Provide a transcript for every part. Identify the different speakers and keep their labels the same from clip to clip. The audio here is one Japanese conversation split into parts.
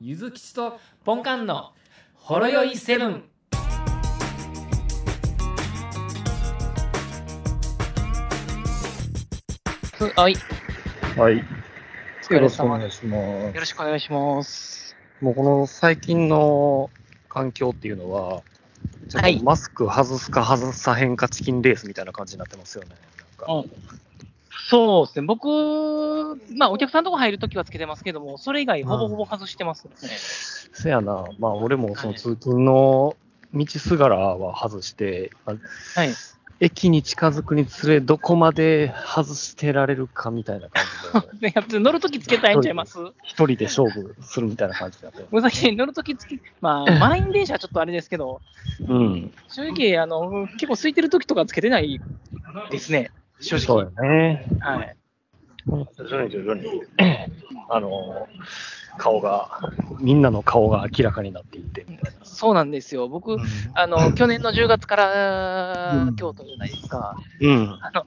Speaker 1: ゆずきちとポンカンのほろよいセブン。
Speaker 2: はい、
Speaker 3: はい。よ
Speaker 2: お疲れ
Speaker 3: ろしくお
Speaker 2: 様
Speaker 3: 願
Speaker 2: で。
Speaker 3: いします
Speaker 2: よろしくお願いします。
Speaker 3: す。もうこの最近の環境っていうのは、ちょ
Speaker 2: は
Speaker 3: っ
Speaker 2: い
Speaker 3: とマスク外すか外さへんかチキンレースみたいな感じになってますよね。なんか
Speaker 2: そうですね、僕、まあ、お客さんのとこ入るときはつけてますけども、それ以外、ほぼほぼ外してますね。
Speaker 3: せやな、まあ俺もその
Speaker 2: はい
Speaker 3: 通勤の道すがらは外して、あ
Speaker 2: はい、、
Speaker 3: 駅に近づくにつれどこまで外してられるかみたいな感じで
Speaker 2: でやっぱ乗るときつけたいんちゃいます
Speaker 3: 一人で勝負するみたいな感じになってます。
Speaker 2: 武蔵に乗るときつけ、ま あ、満員電車はちょっとあれですけど、
Speaker 3: うん。
Speaker 2: 正直、あの結構空いてるときとかつけてないですね、正
Speaker 3: そう
Speaker 2: 直。
Speaker 3: よね。
Speaker 2: はい、
Speaker 3: 徐々に徐々に、あの、顔が、みんなの顔が明らかになっていって、みたい
Speaker 2: そうなんですよ、僕、
Speaker 3: な。
Speaker 2: あの去年の10月から
Speaker 3: うん
Speaker 2: 京都じゃないですか。
Speaker 3: うん。
Speaker 2: あの、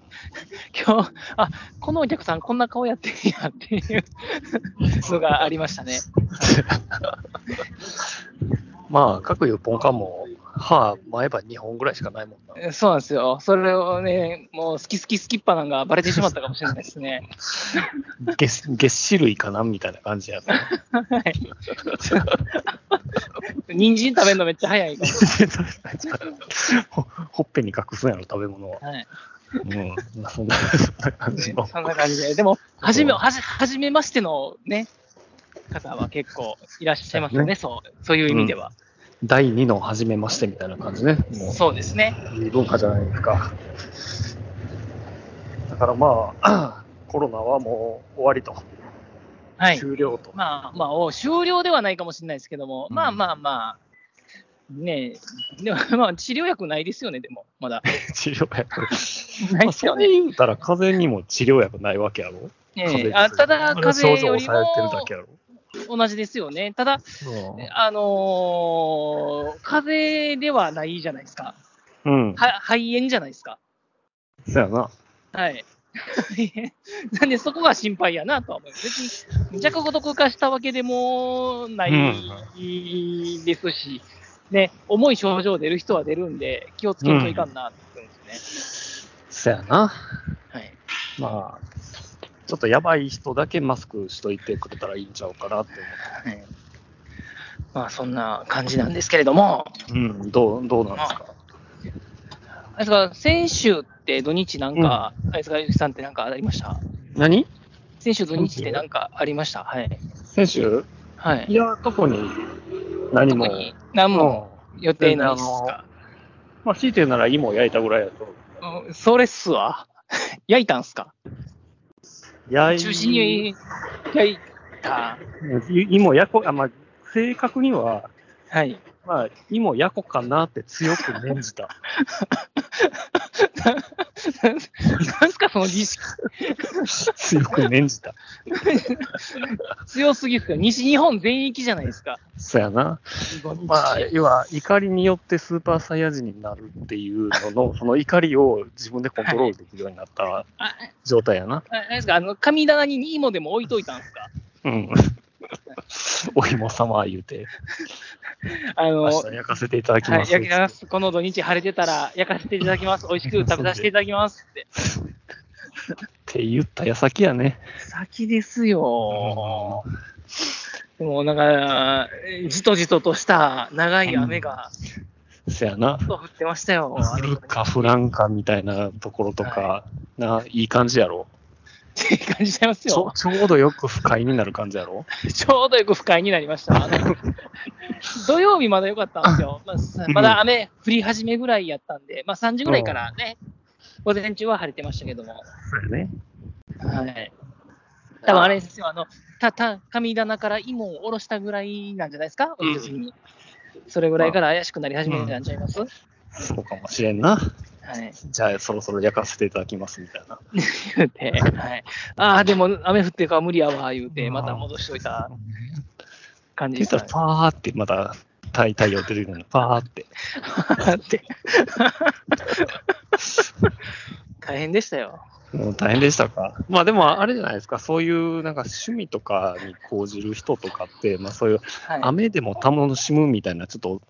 Speaker 2: 今日、あ、このお客さんこんな顔やってんやっていうのがありましたね。
Speaker 3: まあ、各有ポンカンも、歯、前歯2本ぐらいしかないもんな。
Speaker 2: そうなんですよ。それをね、もう好き好き好きっぱなんがバレてしまったかもしれないですね。
Speaker 3: げっげっ歯類かなみたいな感じやね。
Speaker 2: はい。人参食べるのめっちゃ早いか
Speaker 3: ほほっぺに隠すんやろ、食べ物は。
Speaker 2: ら。はい。
Speaker 3: うん。そんなそんな感じの。
Speaker 2: そんな感じで。でも、はじめ、はじ、はじめましてのね、方は結構いらっしゃいますよね。そう、そういう意味では。
Speaker 3: 第2の初めましてみたいな感じね。もう
Speaker 2: そうですね。
Speaker 3: いい文化じゃないですか。だからまあ、 コロナはもう終わりと、
Speaker 2: はい。
Speaker 3: 終了と。
Speaker 2: まあまあ、お終了ではないかもしれないですけども、
Speaker 3: うん
Speaker 2: まあまあまあ、ねえ、でも まあ治療薬ないですよね、でも、まだ。
Speaker 3: 治療薬。
Speaker 2: ない
Speaker 3: ま
Speaker 2: で
Speaker 3: あ、
Speaker 2: す
Speaker 3: そ
Speaker 2: よ
Speaker 3: れ
Speaker 2: ね。
Speaker 3: 言うたら、風邪にも治療薬ないわけやろ。
Speaker 2: ええ
Speaker 3: 風邪薬
Speaker 2: あただ、風
Speaker 3: 症
Speaker 2: 邪
Speaker 3: 状
Speaker 2: よ
Speaker 3: を
Speaker 2: り
Speaker 3: 抑えてるだ
Speaker 2: も
Speaker 3: けやろ。
Speaker 2: 同じですよね。ただ、あのー風邪ではないじゃないですか。
Speaker 3: うん。
Speaker 2: は肺炎じゃないですか。
Speaker 3: そやな。
Speaker 2: はい。 なんで、そこが心配やなとは思う。別に、弱ごと化したわけでもないですし、ね、重い症状出る人は出るんで、気をつけんといかんなって思うんです
Speaker 3: そやな。
Speaker 2: ね。はい。
Speaker 3: まあ、ちょっとやばい人だけマスクしといてくれたらいいんちゃうかなって
Speaker 2: はいまあ、そんな感じなんですけれども、
Speaker 3: 思う。うん、どう、どうなんですか。
Speaker 2: あれですか、先週って土日なんか、あれですか、ゆきさんってなんかありました
Speaker 3: 何
Speaker 2: 先週土日ってなんかありましたはい。
Speaker 3: 先週
Speaker 2: はい。
Speaker 3: いや、特に何も
Speaker 2: 特。に何も予定ないです
Speaker 3: 全然
Speaker 2: か
Speaker 3: あ。まあ、強いて言うなら芋を焼いたぐらいやと。
Speaker 2: うんそれっすわ。 焼いたんすか
Speaker 3: 焼い
Speaker 2: 中心に焼いた。
Speaker 3: 芋焼こう、あ、まあ、正確には、
Speaker 2: はい。
Speaker 3: まあ、芋焼こうかなって強く念じ た。
Speaker 2: なんすかその儀式
Speaker 3: 強く念じた。
Speaker 2: 強すぎっすよ。西日本全域じゃないですか。
Speaker 3: そやな。まあ、要は、怒りによってスーパーサイヤ人になるっていうのの、その怒りを自分でコントロールできるようになった
Speaker 2: あ
Speaker 3: 状態やな。
Speaker 2: ああれですかあの、神棚に芋でも置いといたんすか
Speaker 3: うん。お芋様言うて、
Speaker 2: あの、
Speaker 3: 明
Speaker 2: は
Speaker 3: 日焼かせていただきま
Speaker 2: い、
Speaker 3: す。
Speaker 2: 焼きます。この土日晴れてたら焼かせていただき ます。美味しく食べさせていただきますって。
Speaker 3: って言った矢先やね。
Speaker 2: 先ですよ。でもなんか、じとじととした長い雨が
Speaker 3: そやな。
Speaker 2: 降ってましたよ。
Speaker 3: フルかフランかみたいなところとか、ないい感じやろ
Speaker 2: って感じちゃいます
Speaker 3: ちょ
Speaker 2: よ。
Speaker 3: ちょうどよく不快になる感じやろ
Speaker 2: ちょうどよく不快になりました。あ の土曜日まだ良かったんです よ。まあさまだ雨降り始めぐらいやったんで、まあ、3時ぐらいからね、午前中は晴れてましたけども。
Speaker 3: そうやね。
Speaker 2: はい。多分あれですよ、あの、た、た、神棚から芋を下ろしたぐらいなんじゃないですか、
Speaker 3: うん
Speaker 2: お月に。それぐらいから怪しくなり始めたんちゃいます、
Speaker 3: そうかもしれんな。
Speaker 2: はい。
Speaker 3: じゃあそろそろ焼かせていただきますみたいな。
Speaker 2: 言うて、はい。ああ、でも雨降ってるから無理やわ、言うて、
Speaker 3: うん
Speaker 2: また戻しといた
Speaker 3: っ
Speaker 2: 感じ
Speaker 3: て
Speaker 2: で
Speaker 3: 言
Speaker 2: し
Speaker 3: ったた
Speaker 2: ね
Speaker 3: ら、パーってまた太太陽出てくるの。パーって。
Speaker 2: って。大変でしたよ。
Speaker 3: もう大変でしたか。まあでもあれじゃないですか、そういうなんか趣味とかに講じる人とかって、まあそういう
Speaker 2: はい、
Speaker 3: 雨でも楽しむみたいな、ちょっと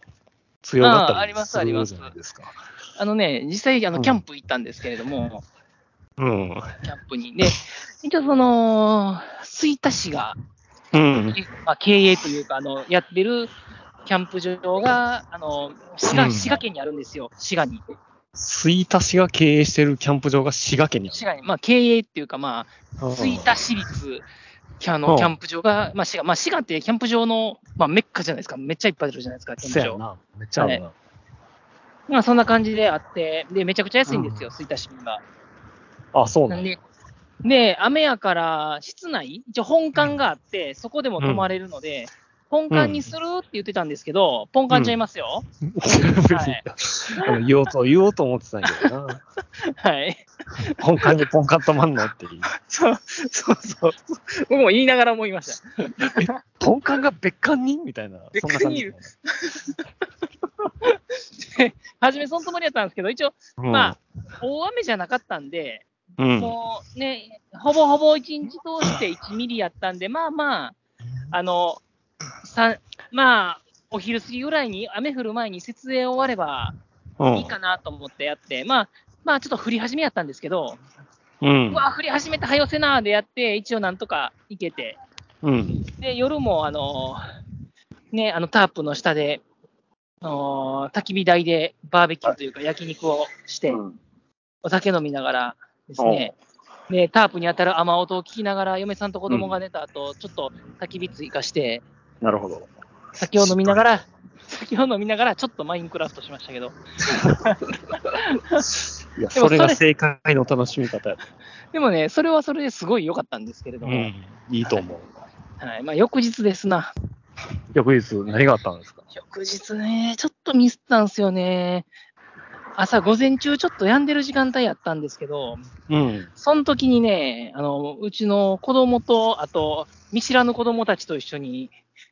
Speaker 3: 強かった
Speaker 2: あーあり
Speaker 3: り
Speaker 2: ます
Speaker 3: す
Speaker 2: あり
Speaker 3: る
Speaker 2: ま
Speaker 3: じ
Speaker 2: す
Speaker 3: ゃないですか。
Speaker 2: あのね、実際、あ
Speaker 3: う
Speaker 2: の
Speaker 3: ん
Speaker 2: キャンプ行ったんですけれども、
Speaker 3: うん。
Speaker 2: キャンプに。で、一応、その、吹田市が、
Speaker 3: うん。
Speaker 2: まあ、経営というか、あの、やってるキャンプ場が、あの、滋
Speaker 3: う
Speaker 2: 賀
Speaker 3: ん
Speaker 2: 滋賀県にあるんですよ、滋賀に。
Speaker 3: 吹田市が経営してるキャンプ場が滋賀県に
Speaker 2: 滋賀に、まあ、経営っていうか、ま
Speaker 3: あ
Speaker 2: あ、
Speaker 3: る。
Speaker 2: 吹田市立、キャあ
Speaker 3: う
Speaker 2: の
Speaker 3: ん
Speaker 2: キャンプ場が、まあ、滋賀、まあ、滋賀ってキャンプ場の、まあ、メッカじゃないですか。めっちゃいっぱいあるじゃないですか、キ
Speaker 3: そ
Speaker 2: ャン
Speaker 3: や
Speaker 2: プ場。
Speaker 3: な。めっちゃあるな。
Speaker 2: まあ、そんな感じであって、で、めちゃくちゃ安いんですよ、
Speaker 3: うん
Speaker 2: 吹田市民が。
Speaker 3: あ、そう
Speaker 2: な
Speaker 3: なんんだ
Speaker 2: で、で、雨やから室内、一応本館があって、そこでも泊まれるので、本館にするって言ってたんですけど、ポンカンちゃいますよ。い
Speaker 3: あの言おうと、言おうと思ってたんやけど な。
Speaker 2: はい。
Speaker 3: 本館にポンカン止まんのっていう。
Speaker 2: そう、そうそう。僕も言いながら思いました。
Speaker 3: ポンカンが別館にみたいな。そんな感じ
Speaker 2: 別初めそのつもりだったんですけど、一応、
Speaker 3: うん
Speaker 2: まあ、大雨じゃなかったんで、
Speaker 3: うん
Speaker 2: もうね、ほぼほぼ一日通して1ミリやったんで、まあまあ、あの、さまあ、お昼過ぎぐらいに雨降る前に設営終われば、
Speaker 3: うん
Speaker 2: いいかなと思ってやって、まあ、まあ、ちょっと降り始めやったんですけど、
Speaker 3: うん
Speaker 2: う。わ、降り始めた、はよせなーでやって、一応なんとか行けて、
Speaker 3: うん。
Speaker 2: で、夜も、あのーね、あの、タープの下で、あのー焚き火台でバーベキューというか、焼肉をして、お酒飲みながらですね、で、タープに当たる雨音を聞きながら、嫁さんと子供が寝た後、ちょっと焚き火追加して、
Speaker 3: なるほど。
Speaker 2: 酒を飲みながら、 酒を飲みながら、ちょっとマインクラフトしましたけど、
Speaker 3: いや、
Speaker 2: でも
Speaker 3: それが
Speaker 2: それ
Speaker 3: 正解の楽しみ方や。
Speaker 2: でもね、それはそれですごい良かったんですけれども、。
Speaker 3: いいと思う。
Speaker 2: はい、まあ翌日ですな。
Speaker 3: 翌日、何があったんですか
Speaker 2: 翌日ね、ちょっとミスったんですよね。朝午前中ちょっと病んでる時間帯やったんですけど、
Speaker 3: うん。
Speaker 2: その時にね、あの、うちの子供と、あと、見知らぬ子供たちと一緒に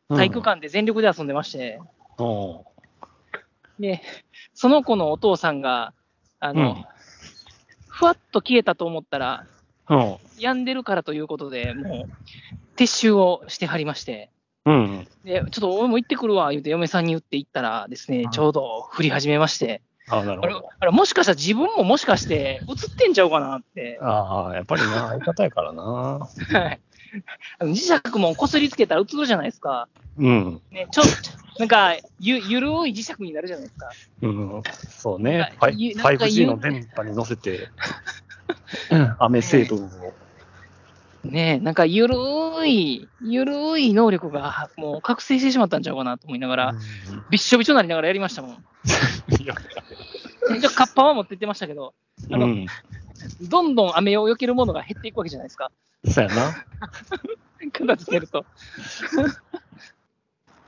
Speaker 2: 体育館で全力で遊んでまして、
Speaker 3: うん。
Speaker 2: で、その子のお父さんが、あの、
Speaker 3: うん
Speaker 2: ふわっと消えたと思ったら、
Speaker 3: うん。
Speaker 2: 病んでるからということで、もう、撤収をしてはりまして、
Speaker 3: うん。
Speaker 2: で、ちょっと俺も行ってくるわ、言うて嫁さんに言って行ったらですね
Speaker 3: うん、
Speaker 2: ちょうど降り始めまして、
Speaker 3: あなる
Speaker 2: あ
Speaker 3: ほ
Speaker 2: れ
Speaker 3: ど。、
Speaker 2: あれもしかしたら自分ももしかして映ってんちゃうかなって、
Speaker 3: ああ、やっぱり な、相方やからな。
Speaker 2: はい。あの磁石もこすりつけたら映るじゃないですか。
Speaker 3: うん。
Speaker 2: ね、ちょ、なんか、ゆ、ゆるい磁石になるじゃないですか。
Speaker 3: うん。そう
Speaker 2: なん
Speaker 3: ね。
Speaker 2: か
Speaker 3: ファ
Speaker 2: ゆ
Speaker 3: イ
Speaker 2: なんか
Speaker 3: 5G
Speaker 2: ゆ
Speaker 3: の電波に乗せて、うん雨成分を。
Speaker 2: ねなんかゆるい、ゆるい能力がもう覚醒してしまったんちゃうかなと思いながら、
Speaker 3: うん
Speaker 2: びっしょびしょになりながらやりましたもん。
Speaker 3: いや
Speaker 2: じゃカッパは持ってってましたけど、あの
Speaker 3: うん。
Speaker 2: どんどん雨を避けるものが減っていくわけじゃないですか。
Speaker 3: そうやな。
Speaker 2: 片付けると。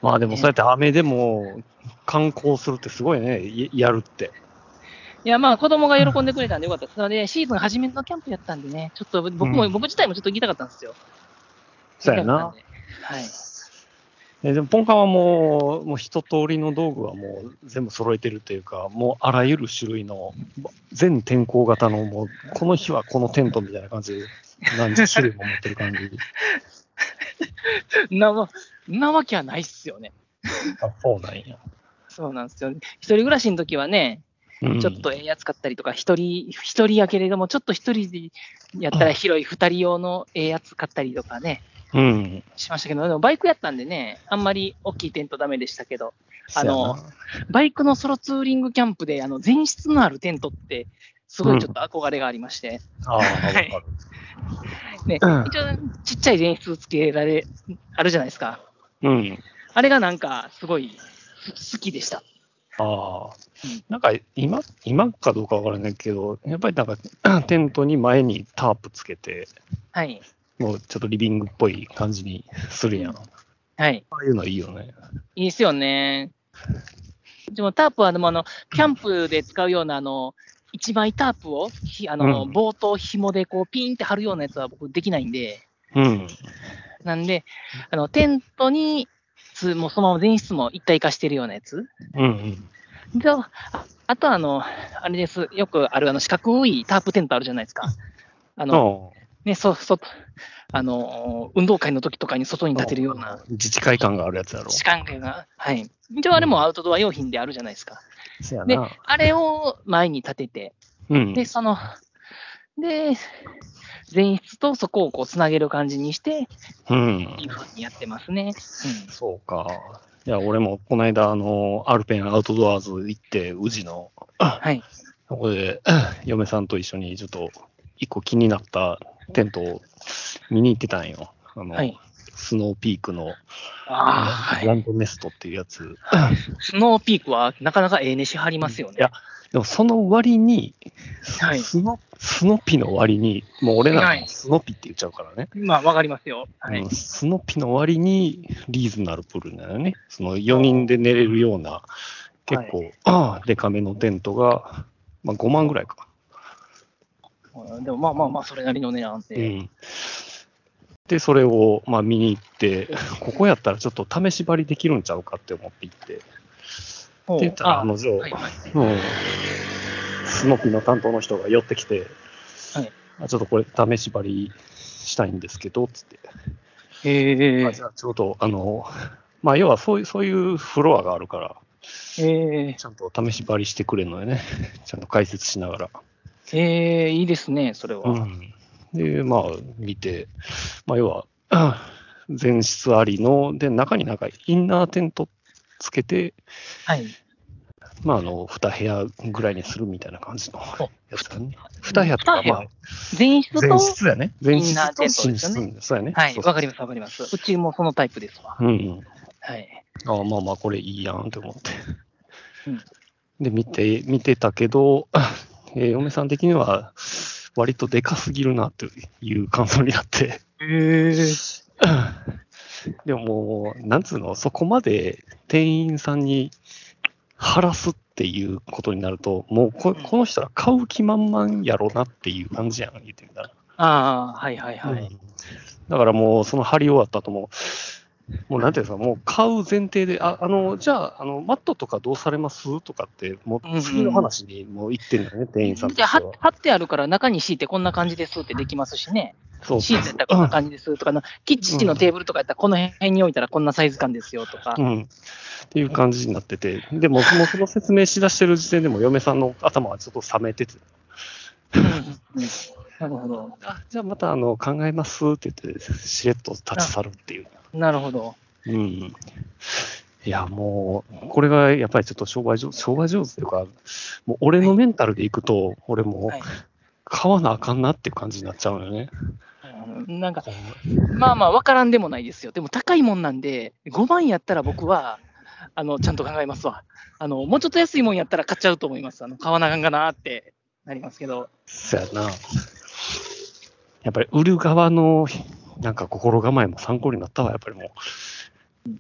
Speaker 3: まあでもそうやって雨でも観光するってすごいね、いやるって。
Speaker 2: いや、まあ、子供が喜んでくれたんでよかったです。なので、シーズン初めのキャンプやったんでね、ちょっと僕も、
Speaker 3: うん
Speaker 2: 僕自体もちょっと行きたかったんですよ。
Speaker 3: そうや
Speaker 2: 行
Speaker 3: な
Speaker 2: き。たかったんで。はい。
Speaker 3: えでもポンカンはもう、もう一通りの道具はもう全部揃えてるというか、もうあらゆる種類の、全天候型の、もうこの日はこのテントみたいな感じで、何十種類も持ってる感じ。
Speaker 2: なわ、なわけはないっすよね。
Speaker 3: あそうなんや。
Speaker 2: そうなんですよ、ね。一人暮らしの時はね、
Speaker 3: うん
Speaker 2: ちょっとええやつ買ったりとか、一人、一人やけれども、ちょっと一人でやったら広い二人用のええやつ買ったりとかね、
Speaker 3: うん。
Speaker 2: しましたけど、でもバイクやったんでね、あんまり大きいテントダメでしたけど、あの
Speaker 3: そうやな、
Speaker 2: バイクのソロツーリングキャンプで、あの、前室のあるテントって、すごいちょっと憧れがありまして、
Speaker 3: ああ、わか
Speaker 2: はい
Speaker 3: る。
Speaker 2: ね、
Speaker 3: うん
Speaker 2: 一応、ちっちゃい電出つけられ、あるじゃないですか。
Speaker 3: うん。
Speaker 2: あれがなんか、すごいす好きでした。
Speaker 3: ああ
Speaker 2: うん。
Speaker 3: なんか今、今かどうかわからないけど、やっぱりなんか テントに前にタープつけて、
Speaker 2: はい。
Speaker 3: もうちょっとリビングっぽい感じにするやん。あ
Speaker 2: はい。
Speaker 3: あいうのいいよね。
Speaker 2: いいですよね。でも、タープは、でも、あの、キャンプで使うような、あの、一枚タープを、ひあの、
Speaker 3: うん
Speaker 2: 冒頭紐でこう、ピンって貼るようなやつは僕できないんで、
Speaker 3: うん。
Speaker 2: なんで、あの、テントに、つもうそのまま前室も一体化してるようなやつ。
Speaker 3: うん
Speaker 2: で、ああとはあの、あれです。よくある、あの、四角いタープテントあるじゃないですか。あの、
Speaker 3: の
Speaker 2: ね、そ、そ、あの、運動会の時とかに外に立てるような
Speaker 3: 自治会感があるやつやろ。
Speaker 2: 時間が、はい。一応あれもアウトドア用品であるじゃないですか。
Speaker 3: せや
Speaker 2: で
Speaker 3: な。、
Speaker 2: あれを前に立てて、
Speaker 3: うん。
Speaker 2: で、その、で、前室とそこをこうつなげる感じにして、
Speaker 3: うん
Speaker 2: いい風にやってますね。
Speaker 3: そうか。いや、俺もこの間、あの、アルペンアウトドアーズ行って、宇治の、
Speaker 2: うん、はい。
Speaker 3: そこで、 嫁さんと一緒にちょっと、一個気になったテントを見に行ってたんよ。あの、
Speaker 2: はい。
Speaker 3: スノーピークの
Speaker 2: ああ、は
Speaker 3: グラ
Speaker 2: い。
Speaker 3: ンドネストっていうやつ。
Speaker 2: スノーピークはなかなかええ値しはりますよね。
Speaker 3: いやでもその割に、
Speaker 2: はい
Speaker 3: スノスノピの割に、もう俺ら
Speaker 2: はい
Speaker 3: のスノピって言っちゃうからね、
Speaker 2: まあ、わかりますよ。はい。
Speaker 3: うんスノピの割にリーズナルプールなのね。その4人で寝れるような、結構、ああデカめのテントが、まあ、5万ぐらいか。
Speaker 2: でもまあまあまあ、それなりの値段
Speaker 3: う
Speaker 2: で。
Speaker 3: んで、それを、まあ、見に行って、 ここやったらちょっと試し張りできるんちゃうかって思って行って、
Speaker 2: ほう
Speaker 3: で、たら
Speaker 2: あ
Speaker 3: あの女王
Speaker 2: はいはい
Speaker 3: うんスノピの担当の人が寄ってきて、
Speaker 2: はい
Speaker 3: あちょっとこれ、試し張りしたいんですけど、つって、
Speaker 2: へえ
Speaker 3: あじゃあちょっと、あの、 まあ、要はそういうそういうフロアがあるから、
Speaker 2: え
Speaker 3: ちゃんと試し張りしてくれるのよね、 ちゃんと解説しながら。
Speaker 2: えええいいですね、それは。
Speaker 3: うんで、まあ、見て、まあ、要は、 前室ありの、で、中になんかインナーテントつけて、
Speaker 2: はい。
Speaker 3: まあ、あの、2部屋ぐらいにするみたいな感じのやつだね。
Speaker 2: ふた
Speaker 3: 2部屋と
Speaker 2: ふた
Speaker 3: か、
Speaker 2: 部
Speaker 3: ま
Speaker 2: 屋
Speaker 3: あ、
Speaker 2: 前室と、
Speaker 3: 前室やね。前
Speaker 2: インナー
Speaker 3: 室と
Speaker 2: テン
Speaker 3: 寝
Speaker 2: トで
Speaker 3: 室
Speaker 2: すよね
Speaker 3: そうやね。
Speaker 2: はい、
Speaker 3: そう
Speaker 2: わかります、わかります。うちもそのタイプですわ。
Speaker 3: うんうん。
Speaker 2: はい。
Speaker 3: ああまあまあ、これいいやんって思って
Speaker 2: うん。
Speaker 3: で、見て、見てたけど、えー嫁さん的には、割とでかすぎるなという感想になって。
Speaker 2: へえ
Speaker 3: でももう、なんつうの、そこまで店員さんに晴らすっていうことになると、もうここの人ら買う気満々やろなっていう感じやん、言ってみたら。
Speaker 2: ああ、はいはいは
Speaker 3: う
Speaker 2: い。
Speaker 3: んだからもう、その張り終わった後も、もうなんていうんですか、もう買う前提で、ああのじゃああの、マットとかどうされますとかって、も
Speaker 2: うんうん
Speaker 3: う次の話にもう行ってんだよね、店員さんと
Speaker 2: じ
Speaker 3: して
Speaker 2: ゃあ、貼
Speaker 3: は。
Speaker 2: 貼ってあるから、中に敷いてこんな感じですってできますしね。
Speaker 3: そう
Speaker 2: シーツやったらこんな感じですとか、キッチンのテーブルとかやったら、この辺に置いたらこんなサイズ感ですよとか
Speaker 3: う。ん、っていう感じになってて、でもそのその説明しだしてる時点でも、嫁さんの頭はちょっと冷めてて、
Speaker 2: うんうんなるほど。
Speaker 3: あじゃあまたあの考えますって言って、しれっと立ち去るっていう。
Speaker 2: なるほど。
Speaker 3: うんいや、もう、これがやっぱりちょっと商売上商売上手というか、もう俺のメンタルでいくと、俺も
Speaker 2: はい
Speaker 3: 買わなあかんなっていう感じになっちゃうのよね。
Speaker 2: うんなんか、まあまあ、わからんでもないですよ。でも高いもんなんで、5万やったら僕は、あの、ちゃんと考えますわ。あの、もうちょっと安いもんやったら買っちゃうと思います。あの、買わなあかんかなってなりますけど。
Speaker 3: そやな。やっぱり売る側のなんか心構えも参考になったわ、やっぱりも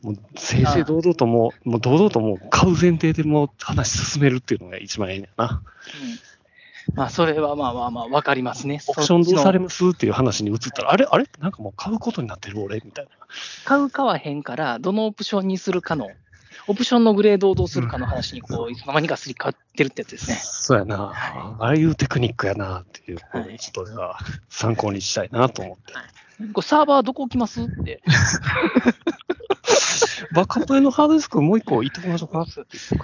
Speaker 3: う。もう正々堂々ともう、もう堂々ともう買う前提でもう話進めるっていうのが一番いいんだよな。
Speaker 2: うんまあ、それはまあまあまあ、わかりますね。
Speaker 3: オプションどう
Speaker 2: そっちの
Speaker 3: されますっていう話に移ったら、あれあれなんかもう買うことになってる俺みたいな。
Speaker 2: 買うかはへんから、どのオプションにするかの、オプションのグレードをどうするかの話に、こう、いつの間にかすり替わってるってやつですね。
Speaker 3: そうやな、ああいうテクニックやなっていう、
Speaker 2: はい
Speaker 3: ちょっと俺は参考にしたいなと思って。
Speaker 2: これサーバーどこ置きますって。
Speaker 3: バックアップ用のハードディスクもう一個いってきましょうか。
Speaker 2: こ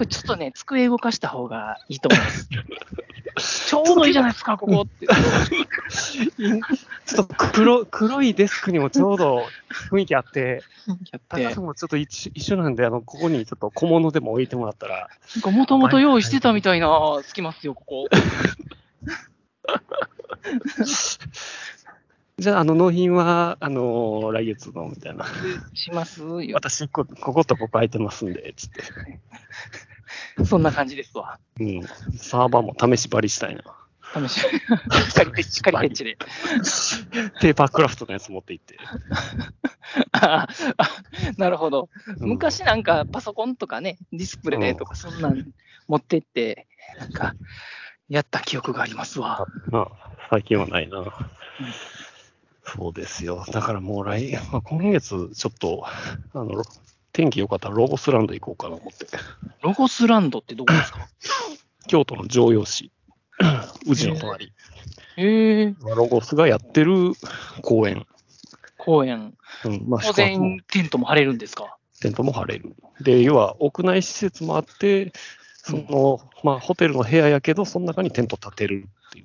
Speaker 2: れちょっとね、机動かした方がいいと思います。ちょうどいいじゃないですか、ここって。
Speaker 3: ちょっと黒黒いデスクにもちょうど雰囲気あって、
Speaker 2: やっ
Speaker 3: 高
Speaker 2: て
Speaker 3: さもちょっと一緒一緒なんで、あのここにちょっと小物でも置いてもらったら、
Speaker 2: なんかもともと用意してたみたいな隙間っすよ、ここ。
Speaker 3: じゃあ、あの納品はあの来月のみたいな、
Speaker 2: しますよ
Speaker 3: 私こ、こことここ空いてますんで、つって、
Speaker 2: そんな感じですわ。
Speaker 3: うん、サーバーも試し張りしたいな。
Speaker 2: 試し。し っかりペッチ、しっかりペッチで。
Speaker 3: ペーパークラフトのやつ持って行って。
Speaker 2: あ あなるほど。
Speaker 3: うん
Speaker 2: 昔なんかパソコンとかね、ディスプレイとかそんなん持ってって、なんか、やった記憶がありますわ。
Speaker 3: まあ、最近はないな。そうですよ。だからもう来、まあ、今月、ちょっと、あの、ろ天気良かったらロゴスランド行こうかなと思って。
Speaker 2: ロゴスランドってどこですか
Speaker 3: 京都の城陽市。うちの隣、
Speaker 2: ええ
Speaker 3: ロゴスがやってる公園。
Speaker 2: 公園。
Speaker 3: うん、まあ、
Speaker 2: 当
Speaker 3: 宿泊も
Speaker 2: 然、テントも張れるんですか
Speaker 3: テントも張れる。で、要は屋内施設もあって、その、まあ、ホテルの部屋やけど、その中にテント建てるっていう。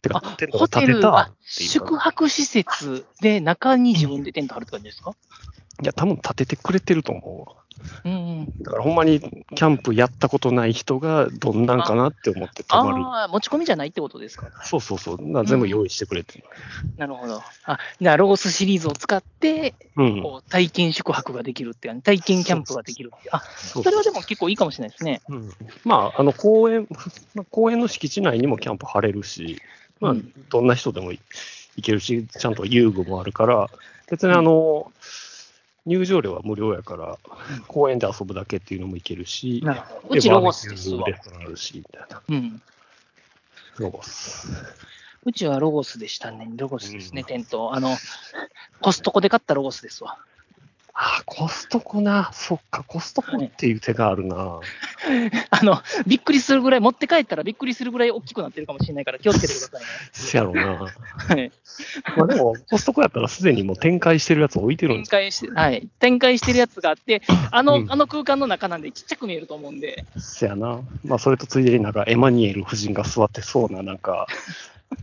Speaker 3: てか、テント
Speaker 2: ホ
Speaker 3: が
Speaker 2: テ
Speaker 3: 建て
Speaker 2: ル
Speaker 3: た
Speaker 2: は
Speaker 3: っていう
Speaker 2: 宿
Speaker 3: か。
Speaker 2: 泊施設で中に自分でテント張るって感じですか
Speaker 3: いや、多分建ててくれてると思うわ。
Speaker 2: うんうん。
Speaker 3: だから、ほんまにキャンプやったことない人がどんなんかなって思って泊まる。
Speaker 2: ああ、持ち込みじゃないってことですか
Speaker 3: そうそうそう。な全部用意してくれてる。
Speaker 2: なるほど。あ、じゃあロゴスシリーズを使って、
Speaker 3: うん。
Speaker 2: こう体験宿泊ができるっていう、体験キャンプができるっていう。あ、
Speaker 3: そ
Speaker 2: そう
Speaker 3: そ
Speaker 2: れ
Speaker 3: う
Speaker 2: はでも結構いいかもしれないですね。
Speaker 3: うんまあ、あの公園、 まあ公園の敷地内にもキャンプ張れるし、まあ
Speaker 2: うん、
Speaker 3: どんな人でもい行けるし、ちゃんと遊具もあるから、別にあの、入場料は無料やから、公園で遊ぶだけっていうのも行けるし、
Speaker 2: なるほど。うちロゴスです
Speaker 3: でバ
Speaker 2: わ
Speaker 3: ーベ。キューレストランあるし、みたいな。
Speaker 2: うん。
Speaker 3: ロゴス。
Speaker 2: うちはロゴスでしたね。ロゴスですね、
Speaker 3: うん
Speaker 2: テント。あの、コストコで買ったロゴスですわ。
Speaker 3: ああ、コストコな。そっか、コストコっていう手があるな。
Speaker 2: あの、びっくりするぐらい、持って帰ったらびっくりするぐらい大きくなってるかもしれないから気をつけてくださいね。
Speaker 3: せやろな。
Speaker 2: はい。
Speaker 3: まあでも、コストコやったらすでにもう展開してるやつ置いてる
Speaker 2: 展
Speaker 3: んです
Speaker 2: 開して、はい。展開してるやつがあって、あの、
Speaker 3: うん
Speaker 2: あの空間の中なんでちっちゃく見えると思うんで、
Speaker 3: せやな。まあ、それとついでになんか、エマニュエル夫人が座ってそうな、なんか、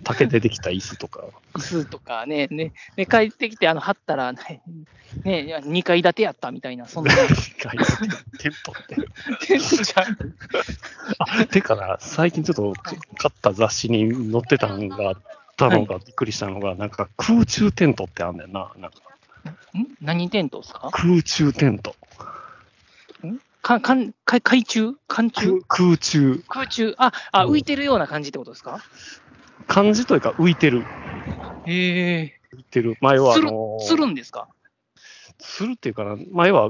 Speaker 3: 竹でできた椅子 とか。
Speaker 2: 椅子とかね、ね、ね帰ってきて、あの、貼ったら、 ね、ね、2階建てやったみたいな、そ んな。
Speaker 3: 外国のテントって。
Speaker 2: テントじゃん
Speaker 3: あ、てかな、最近ちょっと買った雑誌に載ってたのがあったのが、びっくりしたのが、なんか空中テントってあんねんな。なんか
Speaker 2: ん何テントですか
Speaker 3: 空中テント。
Speaker 2: かかんか海中寒中
Speaker 3: 空空中。
Speaker 2: 空中ああ、
Speaker 3: うん
Speaker 2: 浮いてるような感じってことですか
Speaker 3: 漢字というか浮いてる。
Speaker 2: へえ。
Speaker 3: 浮いてる。前はあ
Speaker 2: つる
Speaker 3: の、
Speaker 2: つるんですか
Speaker 3: するっていうかな、前は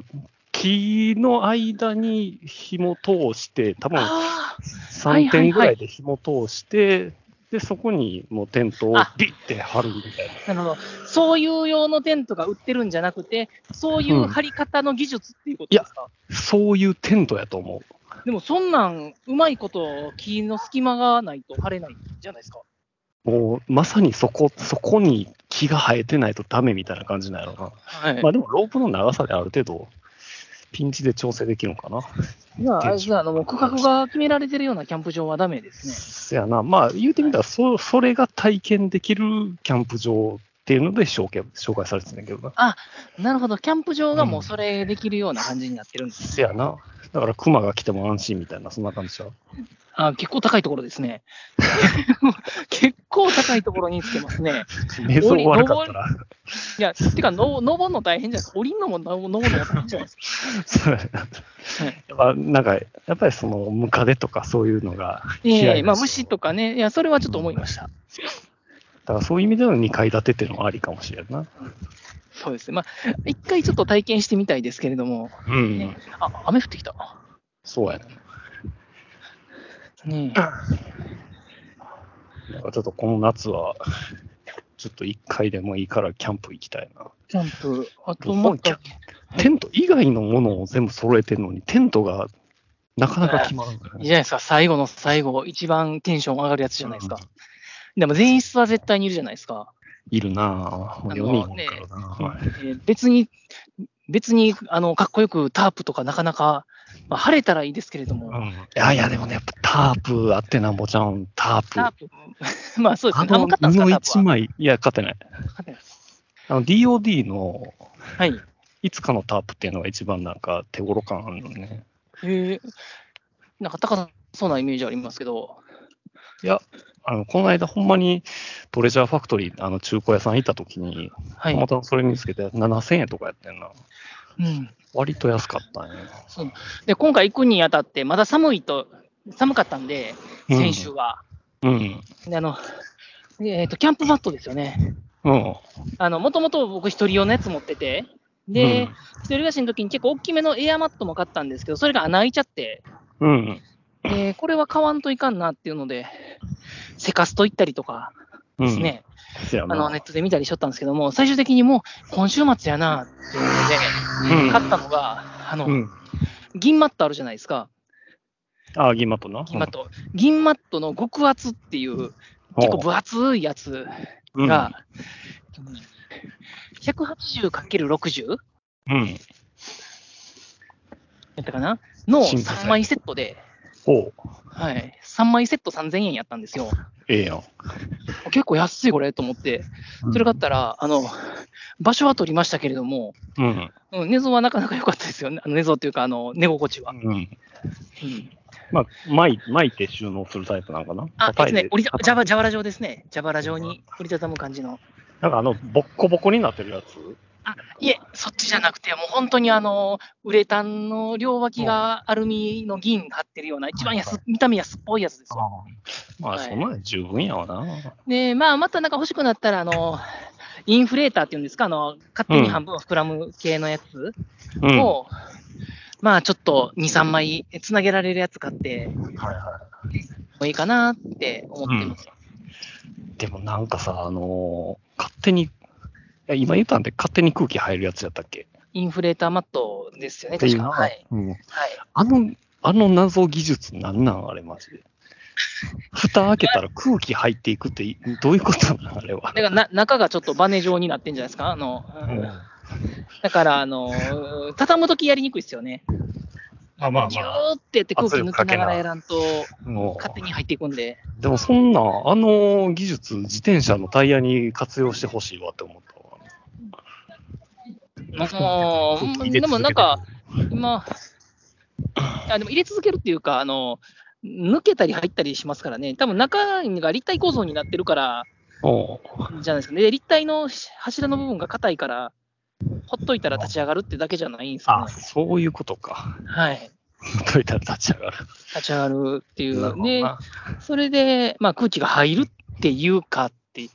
Speaker 3: 木の間に紐通して、多分
Speaker 2: あはい
Speaker 3: 3点ぐらいで紐通して、で、そこにもうテントを
Speaker 2: あ
Speaker 3: ビッて張るみたいな。
Speaker 2: あ、なるほど。そういう用のテントが売ってるんじゃなくて、そういう張り方の技術っていうことですか、
Speaker 3: そういうテントやと思う。
Speaker 2: でもそんなん、うまいこと木の隙間がないと張れないんじゃないですか
Speaker 3: もうまさにそこ、そこに木が生えてないとダメみたいな感じなんやろな。
Speaker 2: はい
Speaker 3: まあでもロープの長さである程度、ピンチで調整できるのかな。
Speaker 2: じゃあ、あれですねあの、もう区画が決められてるようなキャンプ場はダメですね。
Speaker 3: せやな。まあ言うてみたら、そそれが体験できるキャンプ場っていうので紹介紹介されてたんだけどな。
Speaker 2: なるほど、キャンプ場がもうそれできるような感じになってるんです。
Speaker 3: せやな。だから、熊が来ても安心みたいな、そんな感じちゃう。
Speaker 2: あ結構高いところですね。 結構高いところにつけますね。
Speaker 3: 映像悪かったら、
Speaker 2: いや、てか、の登るの大変じゃないですか。降りんのもの登るのも大変じゃないですか。
Speaker 3: そうやな やっぱなんか、やっぱりその、ムカデとかそういうのが 嫌い
Speaker 2: え
Speaker 3: です
Speaker 2: えまあ、虫とかね、いや、それはちょっと思いました。
Speaker 3: だからそういう意味での2階建てっていうのはありかもしれんな。
Speaker 2: そうですね。まあ、一回ちょっと体験してみたいですけれども、
Speaker 3: うん
Speaker 2: ねあ、雨降ってきた。
Speaker 3: そうやな、
Speaker 2: ね
Speaker 3: だからちょっとこの夏は、ちょっと1回でもいいからキャンプ行きたいな。
Speaker 2: キャンプ、あともう
Speaker 3: キャンテント以外のものを全部揃えてるのに、テントがなかなか決まらんから
Speaker 2: いい
Speaker 3: ね。
Speaker 2: じゃないですか、最後の最後、一番テンション上がるやつじゃないですか。でも前室は絶対にいるじゃないですか。
Speaker 3: いるなぁ。もう読みに行くからな。はい
Speaker 2: えー別に、別にあのかっこよくタープとかなかなか、まあ、晴れたらいいですけれども、
Speaker 3: いやいや、でもね、やっぱタープあってなんぼちゃうん、タープ。
Speaker 2: タープ、 まあそうです
Speaker 3: あ
Speaker 2: ね、あんま
Speaker 3: の
Speaker 2: 勝ったんですか、
Speaker 3: 布
Speaker 2: タープ
Speaker 3: 一
Speaker 2: は。
Speaker 3: 枚、いや、勝てない。
Speaker 2: 勝てない
Speaker 3: あの DOD の
Speaker 2: はい。
Speaker 3: いつかのタープっていうのが一番なんか手頃感あるのね。
Speaker 2: えー、なんか高そうなイメージありますけど、
Speaker 3: あのこの間、ほんまにトレジャーファクトリー、あの中古屋さん行った時に、
Speaker 2: は
Speaker 3: た
Speaker 2: い。
Speaker 3: またまそれ見つけて7000円とかやってんな。
Speaker 2: うん、
Speaker 3: 割と安かったね。
Speaker 2: で今回行くにあたって、まだ寒いと、寒かったんで、
Speaker 3: うん
Speaker 2: 先週は。
Speaker 3: うん。
Speaker 2: であのえー、とキャンプマットですよね。
Speaker 3: うん。
Speaker 2: あの、もともと僕一人用のやつ持ってて、で、一人暮らしの時に結構大きめのエアマットも買ったんですけど、それが穴開いちゃって、
Speaker 3: うん、うん。
Speaker 2: で、これは買わんといかんなっていうので、セカスト行ったりとか
Speaker 3: うん。
Speaker 2: ですね、
Speaker 3: せやな。
Speaker 2: あのネットで見たりしとったんですけども、最終的にもう今週末やなっていうので、買ったのが、あの、
Speaker 3: うん。
Speaker 2: 銀マットあるじゃないですか。
Speaker 3: ああ、銀マットな。
Speaker 2: 銀マット。銀マットの極厚っていう、結構分厚いやつ
Speaker 3: うん、
Speaker 2: が、180×60
Speaker 3: うん。うん。
Speaker 2: やったかなの
Speaker 3: 新素材
Speaker 2: 3枚セットで、
Speaker 3: ほう。
Speaker 2: はい、3枚セット3000円やったんですよ。
Speaker 3: ええやん。
Speaker 2: 結構安いこれと思って、それがあったら、あの、場所は取りましたけれども、
Speaker 3: うん。
Speaker 2: うん、寝相はなかなか良かったですよね。あの寝相っていうか、あの、寝心地は。
Speaker 3: うん。
Speaker 2: うん
Speaker 3: まあ、巻い巻いて収納するタイプなんかな。
Speaker 2: あ、で
Speaker 3: 叩
Speaker 2: す
Speaker 3: いて
Speaker 2: ね、折りた、ジャバ、ジャバラ状ですね。ジャバラ状に折りたたむ感じの。
Speaker 3: なんかあの、ボッコボコになってるやつ
Speaker 2: いえ、そっちじゃなくて、もう本当にあの、ウレタンの両脇がアルミの銀が張ってるような、一番安っ、見た目安っぽいやつですよ。
Speaker 3: まあ、
Speaker 2: はい
Speaker 3: そんなん十分やわな。
Speaker 2: で、まあ、またなんか欲しくなったら、あの、インフレーターっていうんですか、あの、勝手に半分膨らむ系のやつ
Speaker 3: うん。は
Speaker 2: を、まあ、ちょっと2、3枚つなげられるやつ買っても
Speaker 3: いはい。
Speaker 2: いいかなって思ってます。
Speaker 3: でもなんかさ、あのー勝手に、いや今言ったんで勝手に空気入るやつやったっけ
Speaker 2: インフレーターマットですよね、
Speaker 3: ってい
Speaker 2: 確か。
Speaker 3: うの
Speaker 2: は。
Speaker 3: はいうん
Speaker 2: はい。
Speaker 3: あの、あの謎技術なんなんあれマ ジで。蓋開けたら空気入っていくっていどういうことなんあれは
Speaker 2: だ。からな中がちょっとバネ状になってんじゃないですかあの、うん
Speaker 3: うん
Speaker 2: だから、あのー畳むときやりにくいですよね。
Speaker 3: まあまあ
Speaker 2: ギューってやって空気抜きながらやらんと、
Speaker 3: も
Speaker 2: 勝手に入っていくんで。
Speaker 3: うでもそんな、あの技術、自転車のタイヤに活用してほしいわって思ったわ。
Speaker 2: もううん、でもなんか、今、あでも入れ続けるっていうか、あの、抜けたり入ったりしますからね。多分中が立体構造になってるから、
Speaker 3: おう
Speaker 2: じゃないですかね。で、立体の柱の部分が硬いから、ほっといたら立ち上がるってだけじゃないんですか
Speaker 3: あ、
Speaker 2: ね。
Speaker 3: そういうことか。
Speaker 2: はい。
Speaker 3: 解いたら立ち上がる。
Speaker 2: 立ち上がるってい
Speaker 3: なる
Speaker 2: う。
Speaker 3: ほど
Speaker 2: で、
Speaker 3: な
Speaker 2: それで、まあ、空気が入るっていうかってい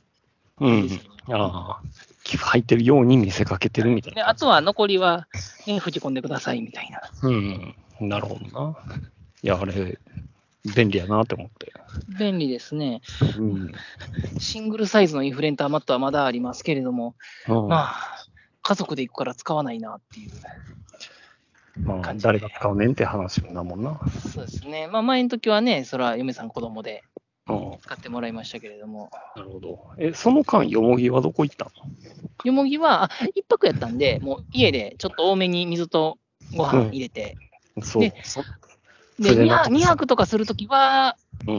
Speaker 2: う
Speaker 3: うんん
Speaker 2: です。よね
Speaker 3: ああ、入ってるように見せかけてるみたい
Speaker 2: で
Speaker 3: な。
Speaker 2: あとは残りは、ね、吹き込んでくださいみたいな。
Speaker 3: うん、なるほどな。いや、あれ、便利やなって思って。
Speaker 2: 便利ですね。
Speaker 3: うん。
Speaker 2: シングルサイズのインフレンターマットはまだありますけれども、
Speaker 3: まあ、
Speaker 2: まあ、家族で行くから使わないなっていう。
Speaker 3: まあ、
Speaker 2: 感じ
Speaker 3: 誰が使うねんって話だもんな。
Speaker 2: そうですね。まあ、前の時はね、それは嫁さん子供で
Speaker 3: うん、
Speaker 2: 使ってもらいましたけれども、
Speaker 3: なるほど。え、その間、よもぎはどこ行った
Speaker 2: よもぎは、あ一泊やったんで、もう家でちょっと多めに水とご飯入れて、
Speaker 3: のそう
Speaker 2: で。
Speaker 3: そ
Speaker 2: で
Speaker 3: それ
Speaker 2: 2
Speaker 3: な
Speaker 2: 泊、二泊とかするときは、
Speaker 3: うん。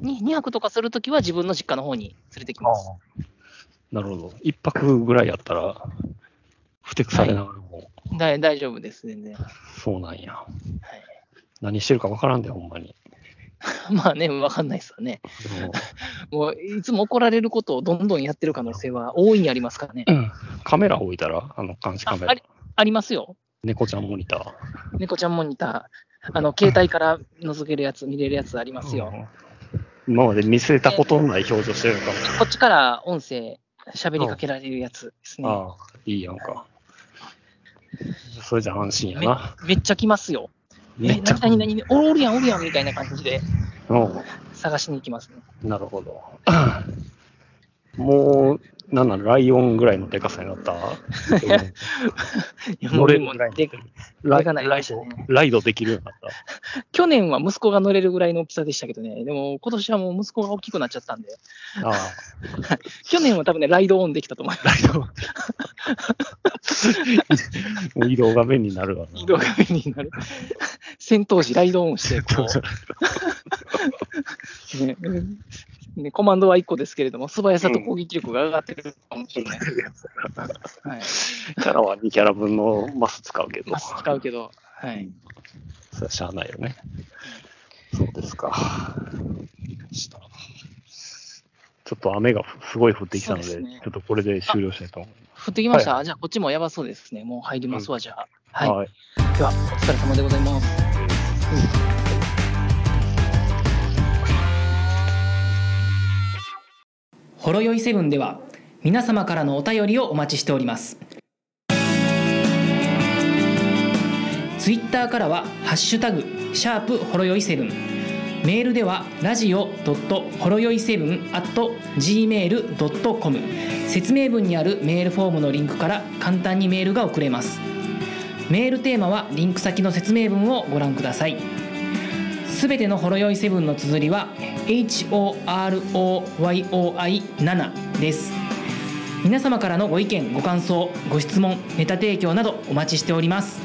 Speaker 2: に2泊とかするときは自分の実家の方に連れてきます。
Speaker 3: なるほど。一泊ぐらいやったら、ふてくされながらも、
Speaker 2: だ大丈夫です、全然。
Speaker 3: そうなんや。何してるかわからんで、ほんまに。
Speaker 2: まあね、わかんないですよね。
Speaker 3: でも
Speaker 2: もういつも怒られることをどんどんやってる可能性は大いにありますからね。
Speaker 3: カメラ置いたら、あの、監視カ
Speaker 2: あ
Speaker 3: メ
Speaker 2: あ
Speaker 3: ラ
Speaker 2: れ。ありますよ。
Speaker 3: 猫ちゃんモニター。
Speaker 2: 猫ちゃんモニター、あの、携帯から覗けるやつ、見れるやつありますよ。
Speaker 3: うん今まで見せたことのない表情してるのかもしれない。
Speaker 2: こっちから音声、喋りかけられるやつですね。
Speaker 3: ああ、いいやんか。それじゃ安心や
Speaker 2: め
Speaker 3: な。
Speaker 2: めっちゃ来ますよ。
Speaker 3: め
Speaker 2: え、
Speaker 3: っちゃ
Speaker 2: 何。何何々おるやんおるやんみたいな感じで
Speaker 3: う
Speaker 2: 探しに行きますね。
Speaker 3: ん、なるほど。もう、なんならライオンぐらいのでかさに なった。
Speaker 2: いや
Speaker 3: 乗れ
Speaker 2: もう
Speaker 3: るぐらいの
Speaker 2: で
Speaker 3: ライ
Speaker 2: でかない
Speaker 3: ライ
Speaker 2: でか
Speaker 3: ド
Speaker 2: いね、
Speaker 3: ライドできるようになった。
Speaker 2: 去年は息子が乗れるぐらいの大きさでしたけどね。でも今年はもう息子が大きくなっちゃったんで、
Speaker 3: ああ、
Speaker 2: 去年は多分ね、ライドオンできたと思います。
Speaker 3: ライド。もう移動画面になるわな。
Speaker 2: 移動画面になる。戦闘時、ライドオンして、こう、ねね、コマンドは1個ですけれども、素早さと攻撃力が上がってるかもしれない。はい、
Speaker 3: キャラは2キャラ分のマス使うけど。
Speaker 2: マス使うけど、はい。
Speaker 3: それはしゃあないよね。そうですか。したちょっと雨がふすごい降ってきたので、
Speaker 2: そうですね
Speaker 3: ちょっとこれで終了したいと思い
Speaker 2: 降ってきました、じゃあ、こっちもやばそうですね。もう入りますわ、じゃあ。
Speaker 3: ま
Speaker 2: は
Speaker 3: す。
Speaker 2: い。
Speaker 3: はい
Speaker 2: では、お疲れ様でございます。
Speaker 1: ほろよいセブンでは皆様からのお便りをお待ちしておりますツイッターからは「ハッシュタグシャープほろよいセブン」メールではラジオドットほろよいセブン at gmail.com 説明文にあるメールフォームのリンクから簡単にメールが送れますメールテーマはリンク先の説明文をご覧ください
Speaker 2: すべてのほろ酔いセブンの綴りは HOROYOI7 です皆様からのご意見ご感想ご質問ネタ提供などお待ちしております